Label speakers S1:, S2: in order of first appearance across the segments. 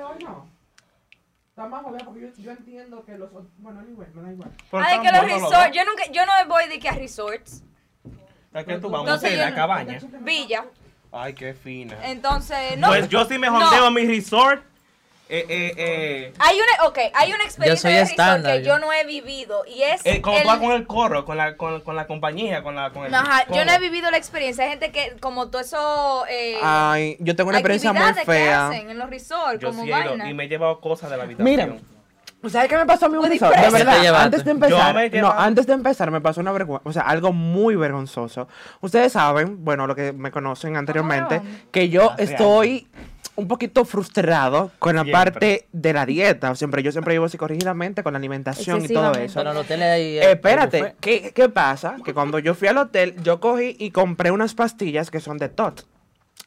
S1: no, no. Está más jodido porque yo, yo entiendo que los. ot- Bueno, anyway, me da igual.
S2: Pero
S3: Ah, de
S2: tan
S3: que los
S2: bueno los
S3: resorts. Yo nunca, yo no voy de que a resorts.
S2: dos. ¿A qué tú vas? ¿Un
S3: Entonces,
S2: hotel?
S3: yo
S2: ¿A
S3: no-
S2: cabaña?
S3: Villa.
S2: Ay, qué fina.
S3: Entonces, no.
S2: Pues yo sí me
S3: No.
S2: jondeo a mi resort. Eh, eh, eh.
S3: Hay una, ok, hay una experiencia
S4: soy
S3: de resort
S4: estándar,
S3: que
S4: yo.
S3: yo no he vivido y es
S2: Eh, como
S3: el-
S2: tú vas con el corro, con la, con, con la compañía, con la. Con el,
S3: No, ajá, yo
S2: con-
S3: no he vivido la experiencia. Hay gente que, como todo eso. Eh,
S5: Ay, yo tengo Ah, una experiencia muy
S3: actividades que
S5: fea.
S3: hacen en los resorts,
S2: Yo
S3: como
S2: sí he ido
S3: vaina.
S2: y me he llevado cosas de la habitación.
S5: Mira, ¿Sabes qué me pasó a mí un
S3: Pues
S5: resort? De
S3: dispersa.
S4: Te
S5: verdad,
S4: llevaste.
S5: antes de empezar,
S2: Yo me
S5: no,
S2: llevaba-
S5: antes de empezar me pasó una vergüenza, o sea, algo muy vergonzoso. Ustedes saben, bueno, lo que me conocen anteriormente,
S3: Ah.
S5: que yo
S2: Hace
S5: estoy un poquito frustrado con la
S2: Siempre.
S5: parte de la dieta. Siempre, yo siempre vivo psicorrígidamente con la alimentación y todo
S3: Excesivamente.
S5: eso.
S4: Pero en los hoteles ahí.
S5: Eh, espérate, ¿qué, qué pasa? Que cuando yo fui al hotel, yo cogí y compré unas pastillas que son de TOT.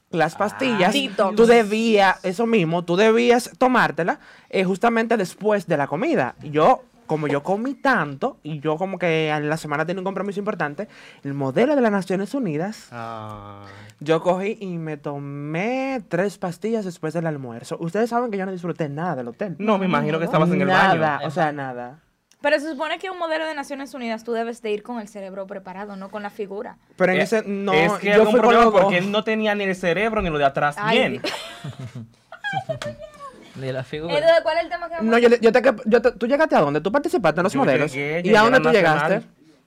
S5: Las pastillas,
S3: Detox.
S5: tú debías, eso mismo, tú debías tomártela eh, justamente después de la comida. Yo, como yo comí tanto, y yo como que a la semana tenía un compromiso importante, el modelo de las Naciones Unidas,
S2: Ah.
S5: yo cogí y me tomé tres pastillas después del almuerzo. Ustedes saben que yo no disfruté nada del hotel.
S2: No, me imagino que estabas en el
S5: nada,
S2: baño.
S5: o sea, nada.
S3: Pero se supone que un modelo de Naciones Unidas tú debes de ir con el cerebro preparado, no con la figura.
S5: Pero en
S2: Eh,
S5: ese, no,
S2: es que
S5: yo
S2: era un
S5: fui con
S2: problema
S5: los dos.
S2: porque él no tenía ni el cerebro ni lo de atrás
S3: Ay,
S2: bien.
S3: Dios.
S4: De la figura.
S3: Entonces, ¿cuál es el tema que vamos
S5: No,
S3: a-
S5: yo, yo te, yo te- ¿Tú llegaste a dónde? ¿Tú participaste en los
S2: Yo
S5: modelos?
S2: llegué,
S5: ¿Y
S2: llegué
S5: a dónde
S2: a
S5: tú
S2: la
S5: llegaste?
S2: nacional.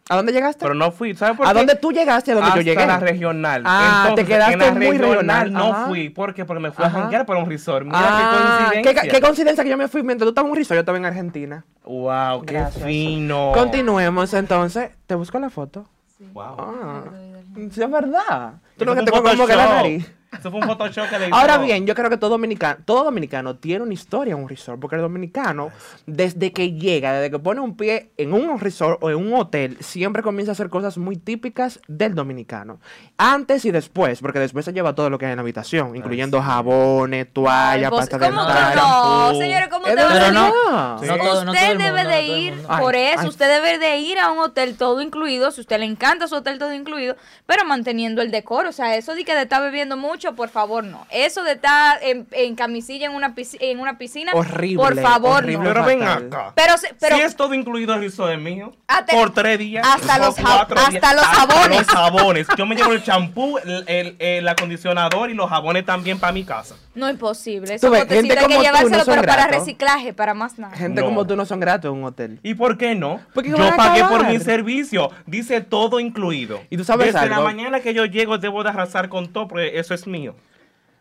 S5: ¿A dónde llegaste?
S2: Pero no fui, ¿sabes por
S5: ¿A
S2: qué?
S5: dónde tú llegaste? y ¿A dónde
S2: Hasta
S5: yo llegué?
S2: la regional.
S5: Ah, te
S2: Entonces,
S5: quedaste
S2: en la
S5: muy regional.
S2: No
S5: Ajá.
S2: fui, ¿por qué? Porque me fui
S5: Ajá.
S2: a janguear para un resort. Mira
S5: Ah,
S2: qué
S5: qué,
S2: coincidencia.
S5: qué coincidencia que yo me fui mientras tú estabas en un resort, yo estaba en Argentina.
S2: wow, qué
S5: Gracias.
S2: fino.
S5: Continuemos entonces. Te busco la foto.
S2: Wow.
S5: Ah, sí, es verdad. Tú no que
S2: Eso fue
S5: tengo
S2: un
S5: como que la
S2: Photoshop.
S5: nariz.
S2: Eso fue un Photoshop que le hizo.
S5: Ahora bien, yo creo que todo dominicano, todo dominicano tiene una historia en un resort, porque el dominicano, desde que llega, desde que pone un pie en un resort o en un hotel, siempre comienza a hacer cosas muy típicas del dominicano. Antes y después, porque después se lleva todo lo que hay en la habitación, incluyendo jabones, toallas,
S3: Vos-
S5: pasta
S3: ¿Cómo
S5: dental.
S3: que no?
S2: shampoo.
S3: Señores, ¿cómo
S5: Es
S3: te va a
S4: Pero no.
S3: salir?
S5: verdad.
S4: No todo- no todo
S3: usted
S4: el mundo,
S3: debe
S4: no
S3: de
S4: todo el
S3: ir,
S4: mundo.
S5: Ay,
S3: por eso,
S5: ay.
S3: usted debe de ir a un hotel todo incluido, si usted le encanta su hotel todo incluido, pero manteniendo el decoro, o sea, eso de que de estar bebiendo mucho, por favor, no. Eso de estar en, en camisilla en una, pisci- en una piscina,
S5: Horrible,
S3: por favor,
S5: horrible.
S3: no.
S2: Pero ven
S5: fatal.
S2: acá.
S3: Pero, se- pero
S2: si es todo incluido el resort es mío,
S5: Ah,
S3: Hasta-
S2: por tres días,
S3: hasta
S2: por
S3: los ja-
S2: cuatro días,
S3: hasta los jabones.
S2: los jabones. Yo me llevo el champú, el, el- el acondicionador y los jabones también para mi casa.
S3: no es posible.
S5: Tú
S3: Eso
S5: ves,
S3: botecito
S5: gente
S3: hay que
S5: como tú no
S3: llevárselo,
S5: son
S3: pero para
S5: gratos.
S3: reciclaje, para más nada.
S5: Gente
S2: No.
S5: como tú no son gratos en un hotel.
S2: ¿Y por qué no?
S5: Porque van
S2: yo
S5: a
S2: pagué
S5: acabar.
S2: por mi servicio. Dice todo incluido.
S5: ¿Y tú sabes
S2: Desde la
S5: algo?
S2: mañana que yo llego debo de arrasar con todo porque eso es mío.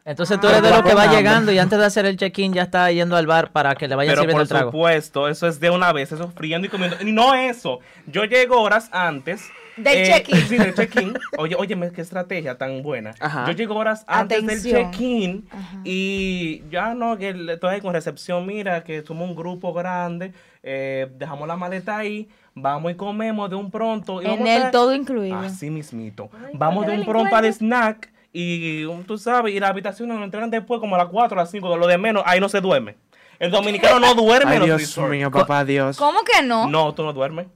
S4: Entonces tú eres de
S5: Ah,
S4: los que va
S5: caramba.
S4: llegando y antes de hacer el check-in ya está yendo al bar para que le vayan
S2: Pero
S4: sirviendo
S2: por
S4: el trago.
S2: supuesto, eso es de una vez, eso es friendo y comiendo. Y no eso. Yo llego horas antes. eh,
S3: Del check-in.
S2: Sí, del check-in. Oye, óyeme, qué estrategia tan buena.
S5: Ajá.
S2: Yo llego horas antes
S3: Atención.
S2: del check-in y ya no, que le- entonces con recepción, mira, que somos un grupo grande, eh, dejamos la maleta ahí, vamos y comemos de un pronto. y
S3: En
S2: vamos
S3: el
S2: a-
S3: todo incluido.
S5: Ah,
S2: Así mismito. Vamos
S3: qué
S2: de un pronto al
S3: delincuente.
S2: snack y um, tú sabes, y la habitación nos entregan después como a las 4 a las 5, lo de menos, ahí no se duerme. El dominicano no duerme
S5: Ay,
S2: en los
S5: Dios
S2: resorts.
S5: mío, papá Dios.
S3: ¿Cómo que no?
S2: No, tú no duermes.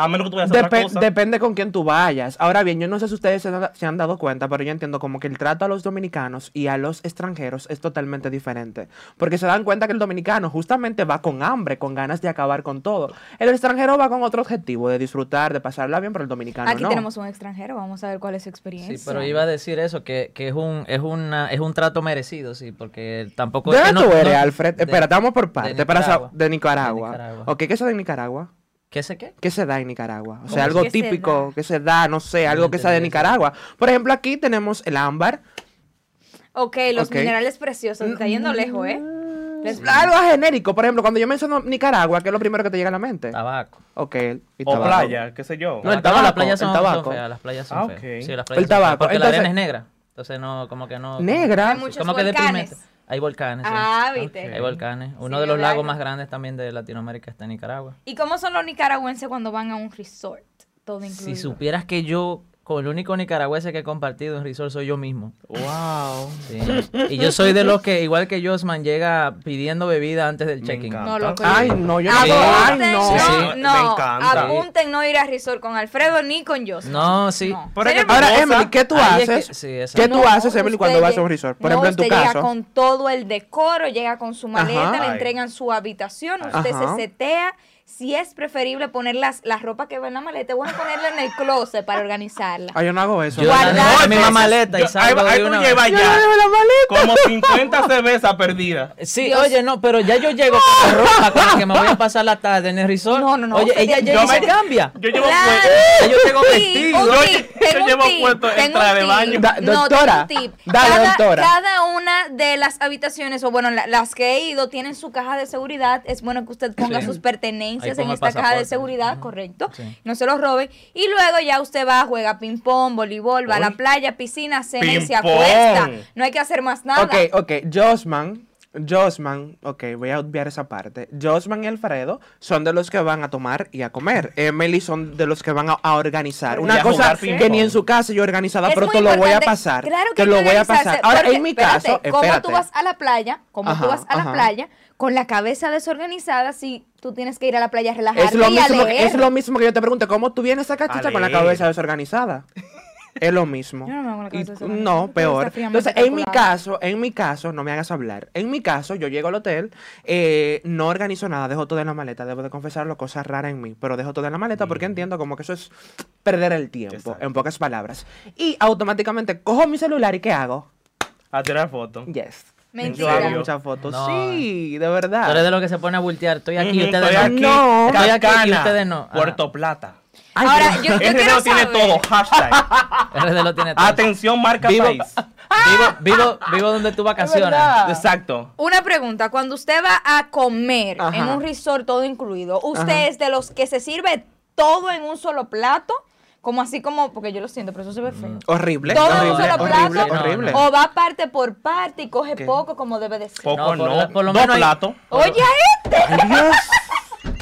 S2: A menos que tú vayas a hacer otra
S5: Depe-
S2: cosa.
S5: depende con quién tú vayas. Ahora bien, yo no sé si ustedes se, da- se han dado cuenta, pero yo entiendo como que el trato a los dominicanos y a los extranjeros es totalmente diferente. Porque se dan cuenta que el dominicano justamente va con hambre, con ganas de acabar con todo. El extranjero va con otro objetivo, de disfrutar, de pasarla bien, pero el dominicano
S3: Aquí
S5: no.
S3: tenemos un extranjero, vamos a ver cuál es su experiencia.
S4: Sí, pero iba a decir eso, que, que es un es una es un trato merecido, sí, porque tampoco...
S5: ¿De
S4: es que
S5: dónde
S4: no-
S5: tú eres,
S4: no-
S5: Alfred?
S4: de-
S5: Espera, vamos por parte.
S4: de
S5: para sa-
S4: Nicaragua.
S5: de Nicaragua.
S4: De Nicaragua.
S5: Ok, ¿qué se da en Nicaragua?
S4: ¿Qué sé qué?
S5: ¿Qué se da en Nicaragua? O sea,
S3: es
S5: algo
S3: que se
S5: típico
S3: da?
S5: que se da, no sé, algo que sea de
S4: entendí eso.
S5: Nicaragua. Por ejemplo, aquí tenemos el ámbar,
S3: Ok, los
S5: Ok. Mm.
S3: minerales preciosos, está yendo lejos, ¿eh? Les-
S5: Algo genérico, por ejemplo, cuando yo menciono Nicaragua, ¿qué es lo primero que te llega a la mente?
S4: Tabaco.
S5: Ok, el- y
S2: O
S5: tabaco.
S2: playa, qué sé yo.
S5: No, el
S4: Tabaco,
S5: tabaco,
S4: Las playas son,
S5: el tabaco.
S4: son feas, las playas son
S2: Ah,
S4: feas.
S2: ok.
S4: Sí, las
S5: El
S4: playas son feas,
S5: tabaco,
S4: Porque
S5: entonces-
S4: la arena es negra. Entonces no, como que no...
S5: Negra.
S3: Hay muchos
S4: como que
S3: volcanes.
S4: deprimente. Hay volcanes. sí.
S3: Ah, viste.
S4: Hay volcanes. Uno
S3: Sí,
S4: de los
S3: ¿verdad?
S4: lagos más grandes también de Latinoamérica está en Nicaragua.
S3: ¿Y cómo son los nicaragüenses cuando van a un resort? Todo incluido.
S4: Si supieras que yo con el único nicaragüense que he compartido en resort soy yo mismo.
S2: Wow.
S4: Sí. Y yo soy de los que, igual que Josman, llega pidiendo bebida antes del
S2: Me
S4: check-in.
S2: encanta.
S3: No, loco.
S5: Ay, no, yo no. Ay,
S4: Apunten,
S3: Apunten,
S5: no.
S4: Sí, sí.
S3: no,
S2: Me
S3: no,
S2: encanta.
S3: apunten no ir a Resort con Alfredo ni con yo.
S4: No, sí.
S2: Pero que-
S5: Ahora,
S2: Cosa-
S5: Emily, ¿qué tú
S4: Ahí es que-
S5: haces?
S4: sí, exacto.
S5: ¿Qué tú haces, Emily, cuando vas a un resort? Por ejemplo, en tu
S3: usted llega
S5: caso.
S3: con todo el decoro, llega con su maleta,
S5: Ajá.
S3: le
S2: Ay.
S3: entregan su habitación, usted
S5: Ajá.
S3: se setea. Si es preferible poner las, la ropa que va en la maleta, bueno, ponerla en el closet para organizarla.
S5: Ay, yo no hago eso.
S4: Yo
S3: Guardar-
S4: la mi
S3: Esas-
S4: maleta y
S2: Yo- ahí
S4: salgo
S2: va- ahí
S4: de
S2: tú
S4: una-
S2: llevas
S5: Yo no
S2: ya
S5: dejo la maleta.
S2: como 50 cervezas perdidas.
S4: Sí,
S3: Dios.
S4: oye, no, pero ya yo llego con la ropa con la que me voy a pasar la tarde en el resort.
S3: No, no, no,
S4: Oye,
S3: usted
S4: ella
S3: tiene-
S4: llega y
S2: Yo
S4: se
S2: me-
S4: cambia.
S2: Yo llevo
S3: Claro.
S2: puesto-
S4: Ya yo tengo
S3: Un
S4: vestido.
S3: tip, un
S2: Yo-
S3: tip,
S2: yo
S3: tengo un
S2: llevo
S3: tip,
S2: puesto el
S3: tengo
S2: traje de
S3: un
S2: baño.
S3: tip.
S5: Da-
S3: No,
S5: doctora,
S3: tengo un tip.
S5: dale,
S3: cada,
S5: doctora.
S3: cada una de las habitaciones, o bueno, la- las que he ido, tienen su caja de seguridad. Es bueno que usted ponga
S4: Sí.
S3: sus
S4: Ahí
S3: pertenencias en
S4: ponga el
S3: esta caja de
S4: pasaporte.
S3: seguridad,
S4: Ujú.
S3: correcto.
S4: Sí.
S3: No se los roben. Y luego ya usted va, juega ping-pong, voleibol, va a la
S2: Uy.
S3: playa, piscina, cena y se
S2: Ping-pong.
S3: acuesta. No hay que hacer más nada.
S5: Ok, ok. Josman, Josman, ok, voy a obviar esa parte. Josman y Alfredo son de los que van a tomar y a comer. Emily son de los que van a, a organizar.
S2: Y
S5: Una
S2: a
S5: cosa
S2: jugar
S5: que
S2: ping-pong.
S5: ni en su casa yo organizada,
S3: Es
S5: Ah, pero
S3: muy
S5: te lo voy a
S3: importante.
S5: pasar.
S3: Claro que
S5: te
S3: hay
S5: lo
S3: que
S5: voy a
S3: organizarse,
S5: pasar. Ahora,
S3: porque,
S5: en mi
S3: espérate,
S5: caso,
S3: ¿Cómo
S5: espérate.
S3: tú vas a la playa? ¿Cómo
S5: Ajá,
S3: tú vas a la
S5: ajá.
S3: playa con la cabeza desorganizada si tú tienes que ir a la playa a relajarte
S5: Es lo,
S3: y a
S5: mismo que,
S3: leer?
S5: es lo mismo que yo te pregunto, ¿cómo tú vienes acá,
S2: A
S5: chicha, con la
S2: leer.
S5: cabeza desorganizada? Es lo mismo.
S3: Yo no me hago la cabeza
S5: Y-
S3: desorganizada,
S5: no,
S3: todo
S5: peor.
S3: está fríamente
S5: Entonces, en mi
S3: calculado.
S5: caso, en mi caso, no me hagas hablar. En mi caso, yo llego al hotel, eh, no organizo nada, dejo todo en la maleta. Debo de confesarlo, cosas raras en mí, pero dejo todo en la maleta
S4: Mm.
S5: porque entiendo como que eso es perder el tiempo,
S2: Exacto.
S5: en pocas palabras. Y automáticamente cojo mi celular y ¿qué hago?
S2: A tirar fotos.
S5: Yes. Yo
S3: Mentira.
S5: hago
S2: serio?
S5: muchas fotos.
S4: No.
S5: Sí, de
S4: Tú eres
S5: verdad.
S4: de los que se pone a bultear. Estoy aquí,
S2: Ujú,
S4: ustedes
S2: estoy
S4: no.
S2: aquí.
S5: No.
S4: Estoy aquí y
S2: Cascana,
S4: ustedes no. Ah.
S2: Puerto Plata.
S5: Ay,
S3: Ahora,
S5: Dios.
S3: yo, yo
S2: Ese
S3: quiero
S2: dedo tiene
S3: saber,
S2: todo. Hashtag.
S4: Eres de los tiene
S2: Ah,
S4: todo.
S2: Atención, marca
S4: Vivo-
S2: país.
S4: Vivo, vivo, vivo donde tú vacacionas.
S5: verdad.
S2: Exacto.
S3: Una pregunta, cuando usted va a comer
S5: Ajá.
S3: en un resort todo incluido, ¿usted
S5: Ajá.
S3: es de los que se sirve todo en un solo plato? Como así como, porque yo lo siento, pero eso se ve feo.
S5: Horrible,
S3: Todo en un
S5: horrible,
S3: solo
S5: horrible,
S3: plato.
S5: Mm. horrible.
S3: O va parte por parte y coge
S5: ¿Qué?
S3: poco como debe de ser.
S2: Poco
S4: No, por
S2: no.
S4: la- por lo
S2: Dos
S4: menos hay-
S2: platos.
S3: Oye, este.
S5: Ay, Dios.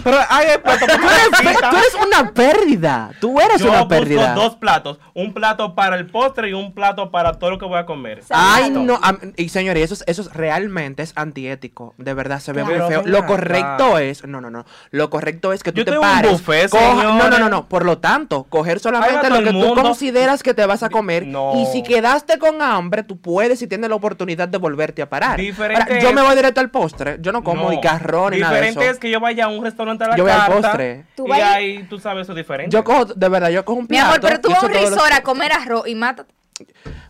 S2: Pero hay el plato.
S5: Tú eres, pe- tú eres una pérdida. Tú eres
S2: Yo
S5: una
S2: busco
S5: pérdida.
S2: dos platos. Un plato para el postre y un plato para todo lo que voy a comer.
S5: Ay,
S3: Exacto.
S5: no. am- y señores, eso, es- eso es realmente es antiético. De verdad, se ve
S2: Claro.
S5: muy feo.
S2: Pero
S5: Lo
S2: ven acá.
S5: correcto es. No, no, no. Lo correcto es que tú
S2: Yo
S5: te
S2: tengo un
S5: pares.
S2: buffet,
S5: coja- no, no, no,
S2: señores.
S5: no. Por lo tanto, coger
S2: Ahí
S5: solamente
S2: va
S5: lo
S2: todo
S5: que
S2: el
S5: tú
S2: mundo.
S5: consideras que te vas a comer.
S2: No.
S5: Y si quedaste con hambre, tú puedes y tienes la oportunidad de volverte a parar.
S2: Diferente
S5: Ahora, yo
S2: es-
S5: me voy directo al postre. Yo no como ni carrón ni nada de eso.
S2: Diferente es que yo vaya a un restaurante a la
S5: Yo voy al
S2: carta
S5: postre.
S3: Tú
S2: y
S3: vas-
S2: ahí tú sabes eso es diferente.
S5: Yo cojo, de verdad, yo cojo un
S3: Mi
S5: plato.
S3: amor, pero tú
S5: y
S3: vas
S5: echo
S3: a un
S5: todos los-
S3: resort a comer arroz y mátate.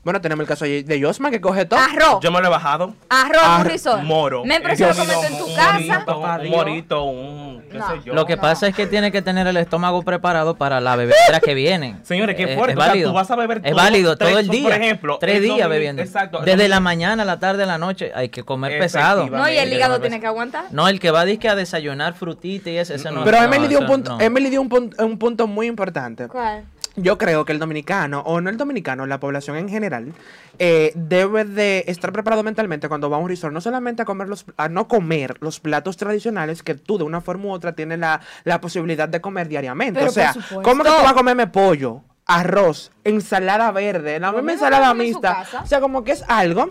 S5: Bueno, tenemos el caso de Josman que coge todo.
S3: Arroz.
S2: Yo me lo he bajado.
S3: Arroz,
S5: Arro-
S3: un risor.
S2: Moro.
S3: Me
S2: He
S3: pero se lo
S2: comido
S3: comes en tu
S2: un
S3: casa.
S2: morito, Un morito, un qué
S3: No.
S2: sé yo.
S4: Lo que
S3: No.
S4: pasa es que tiene que tener el estómago preparado para la bebedera que viene.
S2: Señores,
S4: Eh,
S2: qué fuerte.
S4: Es
S2: o sea,
S4: válido.
S2: tú vas a beber
S4: Es
S2: todo,
S4: válido todo
S2: tres-
S4: el día.
S2: Por ejemplo,
S4: tres
S2: el
S4: días
S2: domingo-
S4: bebiendo.
S2: Exacto. el
S4: Desde la
S2: domingo-
S4: mañana a la tarde, a la noche, hay que comer pesado.
S2: Efectivamente.
S3: No, y el hígado tiene
S2: Efectivamente.
S3: que aguantar.
S4: No, el que va disque a desayunar frutita y ese,
S2: Mm,
S4: ese no.
S5: Pero
S4: no,
S5: Emily dio un
S4: eso
S5: punto,
S4: no.
S5: Emily dio un punto, un punto muy importante.
S3: ¿Cuál?
S5: Yo creo que el dominicano, o no el dominicano, la población en general, eh, debe de estar preparado mentalmente cuando va a un resort, no solamente a comer los, a no comer los platos tradicionales que tú de una forma u otra tienes la, la posibilidad de comer diariamente.
S3: Pero
S5: o sea,
S3: por supuesto.
S5: ¿cómo que tú vas a comerme pollo, arroz, ensalada verde, la
S3: Pero
S5: misma
S3: no
S5: ensalada
S3: comen en su
S5: mixta?
S3: casa.
S5: O sea, como que es algo,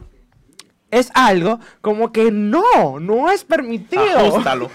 S5: es algo como que no, no es permitido.
S2: Ajústalo.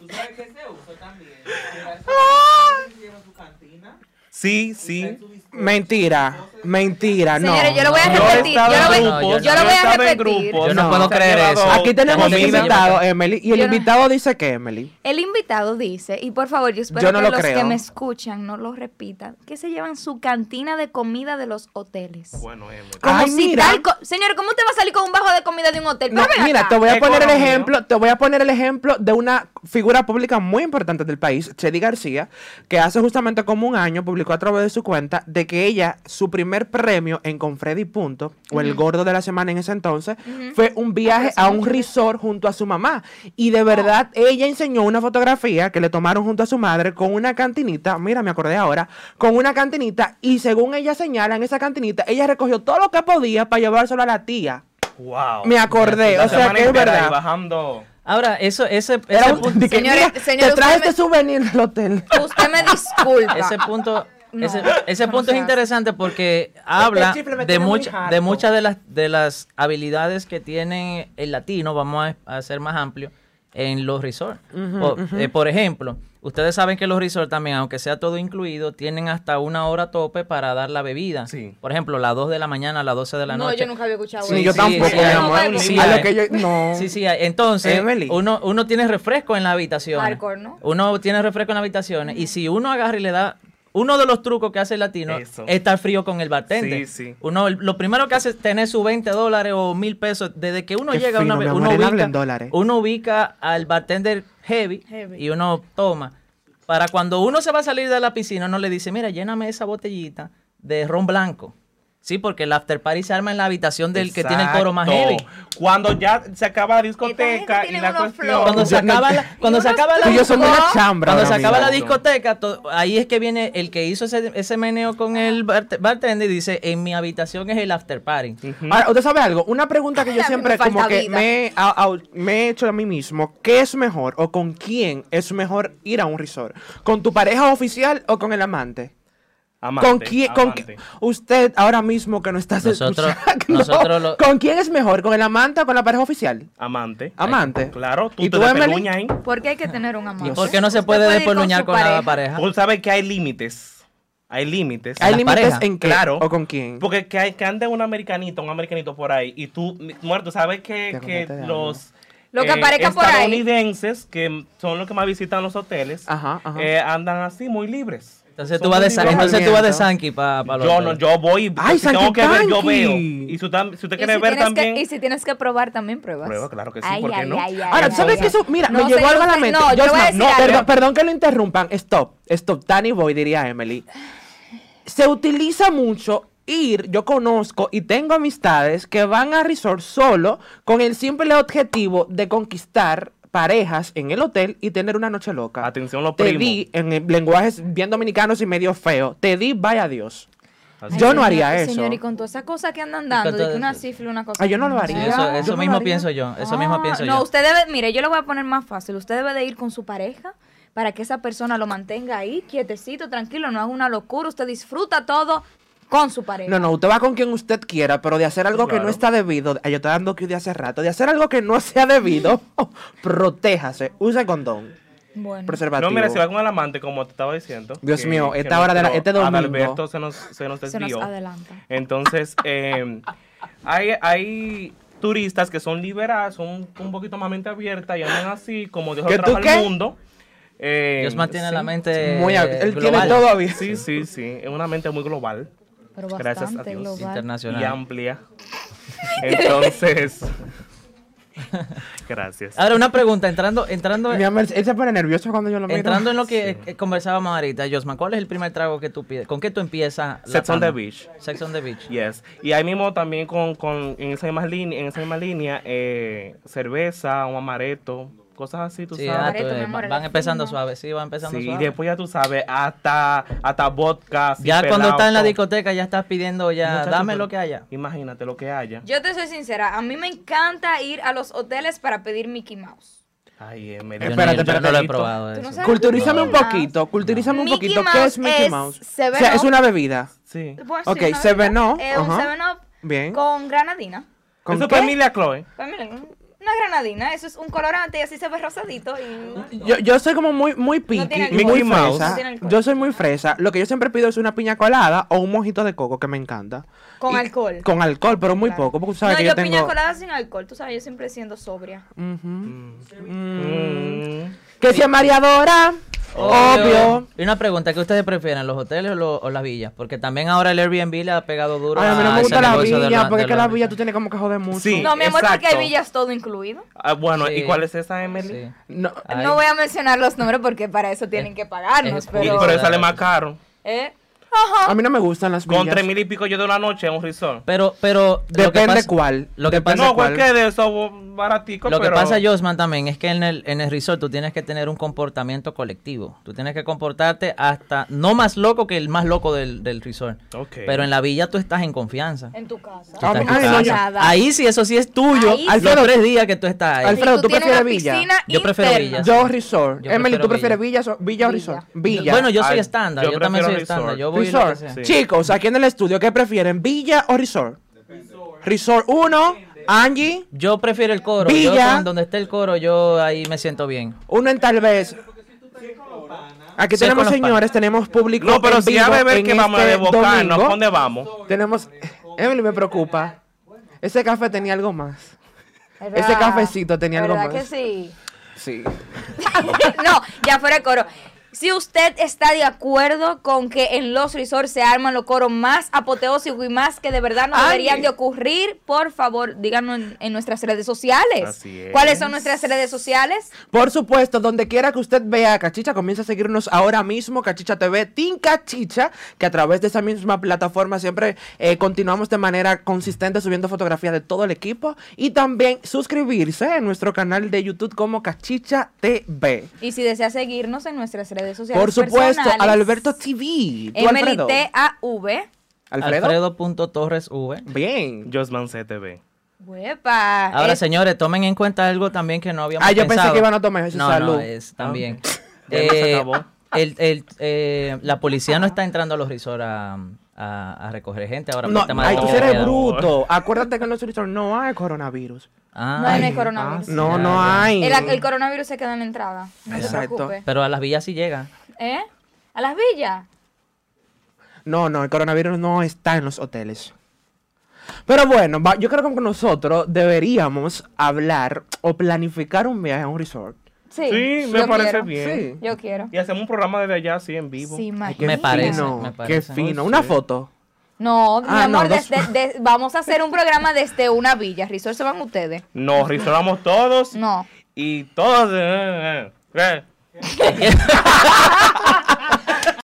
S6: ¿Tú sabes qué se usa también? Llevar su- llevan su cantina,
S2: Sí, sí.
S6: su disco-
S5: Mentira, mentira, no.
S3: Señores, yo lo voy a
S2: Yo
S3: repetir.
S2: estaba
S3: yo lo voy,
S2: en
S4: no,
S2: grupos,
S4: yo
S3: yo lo voy a
S2: estaba en
S3: repetir.
S2: grupos,
S4: Yo no
S2: se
S4: puedo
S2: han
S4: creer
S2: llevado
S4: eso.
S5: Aquí tenemos un
S4: Comida.
S5: invitado, Emily, y el
S3: Yo no-
S5: invitado dice que Emily.
S3: El invitado dice, y por favor, yo espero
S5: Yo no
S3: que
S5: lo
S3: los
S5: creo.
S3: que me escuchan no lo repitan, que se llevan su cantina de comida de los hoteles.
S2: Bueno, Emma.
S3: Como
S5: Ay,
S3: si
S5: mira.
S3: tal co- Señor, ¿cómo usted va a salir con un bajo de comida de un hotel?
S5: No,
S3: Pero ven
S5: mira,
S3: acá.
S5: te voy a poner el
S2: Economía.
S5: ejemplo, te voy a poner el ejemplo de una figura pública muy importante del país, Chedi García, que hace justamente como un año publicó a través de su cuenta de que ella, su primer premio en Confredi Punto, o el gordo de la semana en ese entonces, fue un viaje a un resort junto a su mamá. Y de verdad, ella enseñó una fotografía que le tomaron junto a su madre con una cantinita, mira, me acordé ahora, con una cantinita, y según ella señala en esa cantinita, ella recogió todo lo que podía para llevárselo a la tía.
S2: Wow.
S5: Me acordé,
S2: La
S5: o sea
S2: semana
S5: que es
S2: entera ahí
S5: verdad.
S2: Bajando.
S4: Ahora, eso, ese,
S5: Era
S4: ese
S5: un-
S4: punto,
S5: de que,
S3: Señores,
S5: mira,
S3: señores,
S5: te traje
S3: usted
S5: este souvenir del hotel.
S3: Usted me disculpa.
S4: ese punto
S3: no,
S4: ese,
S3: eso
S4: ese
S3: no
S4: punto
S3: se
S4: es
S3: hace.
S4: interesante porque habla
S1: chifle me
S4: de,
S1: tiene muy
S4: mucha-
S1: harto.
S4: de muchas de las, de las habilidades que tiene el latino, vamos a, a ser más amplio, en los resorts. por, eh, por ejemplo, ustedes saben que los resorts también, aunque sea todo incluido, tienen hasta una hora tope para dar la bebida.
S2: Sí.
S4: Por ejemplo, las 2 de la mañana, las 12 de la
S3: No,
S4: noche.
S3: yo nunca había escuchado
S4: Sí,
S5: Ni
S3: eso.
S5: yo
S4: sí,
S5: tampoco,
S4: sí,
S5: mi
S4: hay-
S5: amor.
S4: sí,
S5: a
S4: hay.
S5: lo que yo. No.
S4: Sí, sí, hay- entonces
S5: Emily.
S4: uno, uno tiene refresco en la habitación.
S3: Alcohol, ¿no?
S4: Uno tiene refresco en la habitación y si uno agarra y le da... Uno de los trucos que hace el latino
S2: Eso.
S4: es estar frío con el bartender.
S2: Sí, sí.
S4: Uno, lo primero que hace es tener sus 20 dólares o mil pesos. Desde que uno
S5: Qué
S4: llega, a
S5: fino,
S4: una,
S5: mi
S4: vez,
S5: amor,
S4: uno,
S5: él habla
S4: ubica,
S5: en dólares.
S4: uno ubica al bartender heavy,
S3: Heavy.
S4: y uno toma. Para cuando uno se va a salir de la piscina, uno le dice, mira, lléname esa botellita de ron blanco. Sí, porque el after party se arma en la habitación del que tiene el coro más
S2: Exacto.
S4: heavy.
S2: Cuando ya se acaba la
S3: Esta
S2: discoteca
S3: gente
S2: y
S3: tiene
S2: la
S3: unos
S2: cuestión.
S3: flow.
S4: Cuando se
S5: Yo no-
S4: acaba la, cuando se
S3: unos
S4: acaba la
S5: Tú y yo somos una chambra.
S4: Cuando se
S5: ahora
S4: acaba la
S5: mismo.
S4: discoteca, to- ahí es que viene el que hizo ese, ese meneo con el bart- bartender y dice, en mi habitación es el after party.
S5: Ahora, ah, ¿usted sabe algo? Una pregunta que yo
S3: Me
S5: siempre
S3: falta
S5: como que
S3: vida.
S5: me, he- a- a- me he hecho a mí mismo. ¿Qué es mejor o con quién es mejor ir a un resort? ¿Con tu pareja oficial o con el amante?
S2: Amante,
S5: ¿Con quién? Con
S2: amante.
S5: qui- usted ahora mismo que no estás
S4: Nosotros-
S5: escuchando.
S4: nosotros lo-
S5: ¿Con quién es mejor? ¿Con el amante o con la pareja oficial?
S2: Amante.
S5: Amante.
S2: Claro, tú
S5: ¿Y
S2: te
S5: tú, Emily?
S2: despeluñas ahí.
S3: ¿Por qué hay que tener un amante?
S5: ¿Y
S4: Porque no se
S3: Usted
S4: puede
S3: ir
S4: despeluñar
S3: su
S4: con, la pareja.
S2: Tú sabes que hay límites. Hay límites.
S5: ¿Hay
S4: las
S5: límites
S4: parejas?
S5: en qué?
S2: Claro.
S5: ¿O con quién?
S2: Porque que, hay- que ande un americanito, un americanito por ahí, y tú, mi- muerto, sabes que,
S5: Te
S2: que
S5: acordate de algo.
S2: los eh,
S3: Lo que aparezca por ahí.
S2: estadounidenses, que son los que más visitan los hoteles,
S5: Ajá, ajá.
S2: eh, andan así, muy libres.
S4: Entonces
S2: Son
S4: tú vas de,
S2: muy
S4: sa-
S5: libres.
S4: entonces tú vas de
S5: Movimiento.
S4: Sanky para pa los
S2: Yo no,
S4: hoteles.
S2: yo voy.
S5: Ay,
S2: si tengo
S5: Sanky
S2: que ver, yo
S5: Panky.
S2: veo. Y si, tam- si usted
S3: Y
S2: quiere
S3: si
S2: ver
S3: tienes que-
S2: también.
S3: y si tienes que probar también pruebas.
S2: Prueba, claro que sí,
S3: Ay,
S2: ¿por qué
S3: ay,
S2: no?
S3: ay, ay,
S5: Ahora,
S3: ay,
S5: ¿tú sabes
S3: ay,
S5: que
S3: ay.
S5: eso? Mira,
S3: No
S5: me llegó
S3: sé,
S5: algo a
S3: no
S5: la
S3: sé,
S5: mente.
S3: No, yo voy a
S5: Yosma,
S3: decir
S5: no,
S3: algo.
S5: perdón, perdón que lo interrumpan. Stop, stop, Danny Boy, diría Emily. Se utiliza mucho ir, yo conozco y tengo amistades que van a resort solo con el simple objetivo de conquistar parejas en el hotel y tener una noche loca.
S2: Atención, los
S5: Te
S2: primos.
S5: di, en el- lenguajes bien dominicanos y medio feo, te di, vaya Dios.
S2: Así
S5: yo
S3: Ay,
S5: no haría
S3: señor,
S5: eso.
S3: Señor, y con todas esas cosas que andan
S4: con
S3: dando, de
S4: todo
S3: que una
S4: eso.
S3: cifra, una cosa.
S5: Ah, yo no lo
S3: que-
S5: haría.
S4: Sí, eso,
S5: Yo
S4: eso
S5: no lo
S4: mismo
S5: haría.
S4: pienso yo. Eso mismo
S3: Ah,
S4: pienso
S3: No,
S4: yo.
S3: usted debe, mire, yo lo voy a poner más fácil. Usted debe de ir con su pareja para que esa persona lo mantenga ahí, quietecito, tranquilo, no haga una locura. Usted disfruta todo con su pareja.
S5: No, no, usted va con quien usted quiera, pero de hacer algo que no
S2: Claro.
S5: está debido, ay, yo estoy dando que de hace rato, de hacer algo que no sea debido, protéjase, use condón,
S3: Bueno.
S5: preservativo.
S2: No, mira, si va con el amante, como te estaba diciendo.
S5: Dios mío, esta hora de la-
S2: nuestro
S5: este domingo.
S2: Adalberto se nos, se nos
S3: Se nos
S2: desvió.
S3: adelanta.
S2: Entonces, eh, hay, hay turistas que son liberados, son un poquito más mente abierta y andan así, como Dios
S5: ¿Que tú
S2: trajo
S5: qué?
S2: al mundo. Eh,
S4: Dios mantiene
S2: sí.
S4: la mente
S5: Muy ab-
S4: eh,
S5: él tiene
S4: global,
S5: todo abierto.
S2: Sí, sí, sí. Es una mente muy global
S3: Pero bastante
S2: Gracias a Dios.
S3: global.
S4: internacional.
S2: y amplia. Entonces. gracias.
S4: Ahora una pregunta, entrando entrando
S5: Mi amor, él se pone nervioso cuando yo lo miro.
S4: entrando en lo que eh, conversábamos ahorita, Josman, ¿cuál es el primer trago que tú pides? ¿Con qué tú empiezas? la
S2: Sex on the
S4: cama?
S2: beach.
S4: Sex on the beach.
S2: Yes. Y ahí mismo también con, con en esa misma línea, en esa misma línea, eh, cerveza, un amaretto, cosas así, tú
S4: Sí, ah,
S2: sabes.
S3: Amaretto,
S4: tú,
S3: mi
S4: eh,
S3: amor,
S4: van
S3: eres
S4: empezando
S3: fina.
S4: suave, sí, van empezando
S2: Sí, y
S4: suave.
S2: después ya tú sabes, hasta, hasta vodka. así
S4: ya cuando
S2: pelado,
S4: estás en la
S2: todo.
S4: discoteca ya estás pidiendo ya,
S2: Muchacho,
S4: dame
S2: pero
S4: lo que haya.
S2: Imagínate lo que haya.
S3: Yo te soy sincera, a mí me encanta ir a los hoteles para pedir Mickey Mouse.
S2: Ay, Emily.
S4: Yo no-
S5: Espérate,
S4: yo no,
S5: espérate,
S4: lo he
S2: Tito.
S3: Tú
S4: probado
S3: no
S4: eso.
S3: sabes-
S5: Culturízame un
S3: Mickey Mouse.
S5: poquito, culturízame un
S3: Mickey
S5: poquito, ¿qué es
S3: Mouse
S5: Mickey
S3: es
S5: Mouse?
S3: Seven
S5: o sea, es
S3: Up.
S5: una bebida.
S2: Sí.
S3: Bueno,
S5: Ok,
S3: una
S5: Seven
S3: bebida,
S5: Up,
S3: eh, un
S5: ajá.
S3: Seven Up
S5: Bien.
S3: con granadina.
S5: ¿Con
S2: Eso
S5: qué?
S2: fue Emilia Chloe.
S3: Pues miren, una granadina, eso es un colorante y así se ve rosadito y...
S5: Yo, yo soy como muy, muy
S3: No tiene
S5: picky,
S3: alcohol.
S5: muy
S2: Mickey Mouse.
S5: fresa.
S3: No tiene alcohol.
S5: yo soy muy fresa. Lo que yo siempre pido es una piña colada o un mojito de coco, que me encanta.
S3: Con
S5: Y-
S3: alcohol.
S5: Con alcohol, pero muy
S3: Claro.
S5: poco, porque tú sabes
S3: no,
S5: que
S3: yo,
S5: yo, tengo...
S3: piña colada sin alcohol, tú sabes, yo siempre siendo sobria.
S5: Ujú.
S2: Mm.
S5: Que sea mareadora, obvio.
S4: Y una pregunta, ¿qué ustedes prefieren, los hoteles o, lo- o las villas? Porque también ahora el Airbnb le ha pegado duro
S5: Ay, a mí no
S4: a
S5: me
S4: ese
S5: gusta la
S4: negocio de
S5: villa,
S4: la-
S5: porque
S4: de
S5: es que
S4: los
S5: la villa tú
S4: resorts.
S5: tienes como que joder mucho.
S2: Sí.
S3: No, mi amor, porque
S2: exacto.
S3: hay villas todo incluido.
S2: Ah, bueno,
S4: Sí.
S2: ¿y cuál es esa, Emily?
S4: Sí.
S5: No,
S4: Ay.
S3: No voy a mencionar los nombres porque para eso tienen que pagarnos,
S4: Eh,
S2: Y-
S3: pero...
S2: pero sale más caro.
S3: ¿Eh? Ajá.
S5: a mí no me gustan las villas.
S2: Con tres mil y pico yo de una noche en un resort.
S4: Pero, pero... lo que
S5: Depende
S4: pasa-
S5: cuál.
S4: Lo que
S5: Depende
S4: pasa
S2: No,
S5: cuál.
S2: cualquier de esos baraticos,
S4: Lo que
S2: pero...
S4: pasa, Josman, también es que en el, en el resort tú tienes que tener un comportamiento colectivo. Tú tienes que comportarte hasta no más loco que el más loco del, del resort.
S2: Ok.
S4: Pero en la villa tú estás en confianza.
S3: En tu casa.
S5: Ah,
S4: Estás en tu
S5: ay, no,
S4: casa.
S5: yo-
S4: Ahí sí, eso sí es tuyo.
S3: Ahí sí.
S4: Los tres días que tú estás ahí.
S5: Alfredo,
S3: Si
S5: ¿tú
S3: tienes
S5: prefieres
S3: una
S5: villa?
S3: piscina
S4: Yo prefiero
S3: interna.
S4: villas.
S5: Yo resort.
S4: Yo
S5: Emily,
S4: prefiero
S5: ¿tú prefieres
S4: villa.
S5: villas o- villa o
S3: Villa.
S5: resort? Villa.
S4: Bueno, yo soy
S2: Ay,
S4: estándar.
S2: yo
S4: Yo, también soy
S2: prefiero resort.
S4: estándar. Yo voy y lo que
S5: Resort.
S4: sea.
S2: Sí.
S5: Chicos, aquí en el estudio, ¿qué prefieren? ¿Villa o resort? Resort 1, Angie.
S4: Yo prefiero el coro. Yo
S5: Villa.
S4: con- donde esté el coro, yo ahí me siento bien.
S5: Uno en tal vez. Aquí
S4: Sí,
S5: tenemos,
S4: con los
S5: señores, tenemos público.
S2: No, pero
S5: en
S2: si a
S5: vivo
S2: beber
S5: en
S2: que vamos a
S5: este
S2: desbocarnos,
S5: domingo.
S2: ¿pa' ¿dónde vamos?
S5: Tenemos. Emily me preocupa. Ese café tenía algo más. Ese
S3: ¿Verdad?
S5: cafecito tenía algo
S3: ¿Verdad
S5: más.
S3: que sí?
S5: Sí.
S3: no, ya fuera de coro. Si usted está de acuerdo con que en los resorts se arman los coros más apoteósicos y más que de verdad no deberían de ocurrir, por favor, díganos en, en nuestras redes sociales.
S2: Así es.
S3: ¿Cuáles son nuestras redes sociales?
S5: Por supuesto, donde quiera que usted vea a Cachicha, comienza a seguirnos ahora mismo, Cachicha TV, Team Cachicha, que a través de esa misma plataforma siempre eh, continuamos de manera consistente subiendo fotografías de todo el equipo y también suscribirse en nuestro canal de YouTube como Cachicha TV.
S3: Y si desea seguirnos en nuestras redes sociales.
S5: Por supuesto,
S3: personales,
S5: al Alberto TV. ¿Tú, Alfredo?
S3: MLTAV.
S5: Alfredo.
S4: Alfredo.torres V.
S5: Bien.
S2: Josman CTV.
S3: Huepa.
S4: Ahora,
S3: Eh,
S4: señores, tomen en cuenta algo también que no habíamos
S5: Ah, yo pensé
S4: pensado.
S5: que iban a tomar ese
S4: No,
S5: salud.
S4: no, es también.
S2: Ah, Ya no se
S4: Eh,
S2: acabó.
S4: el- el, eh, la policía no está entrando a los resorts a, a- a recoger gente ahora. por
S5: No,
S4: el tema de
S5: ay,
S4: la
S5: tú
S2: ser
S5: eres
S4: seguridad.
S5: bruto. Acuérdate que en los resorts no hay coronavirus.
S4: Ah,
S3: No, no hay coronavirus.
S5: No,
S4: Ya,
S5: no
S4: ya.
S5: hay.
S3: el, el coronavirus se queda en la entrada. No se
S5: Exacto.
S3: preocupe.
S4: Pero a las villas sí llega.
S3: ¿Eh? ¿A las villas?
S5: No, no, el coronavirus no está en los hoteles. Pero bueno, va- yo creo que nosotros deberíamos hablar o planificar un viaje a un resort.
S3: Sí.
S2: Sí, me
S3: yo
S2: parece
S3: quiero.
S2: bien.
S5: Sí.
S3: Yo quiero.
S2: Y hacemos un programa desde allá, así, en vivo.
S3: Sí,
S5: Ay,
S3: imagínate.
S5: qué
S4: Me parece,
S5: fino,
S4: me
S5: Qué
S4: parece.
S5: fino.
S2: Sí.
S5: Una foto.
S3: No, mi
S5: Ah, no,
S3: amor,
S5: dos-
S3: desde- de- vamos a hacer un programa desde una villa. Resort se van ustedes.
S2: Nos risolamos todos
S3: No.
S2: y todos... eh, eh, eh.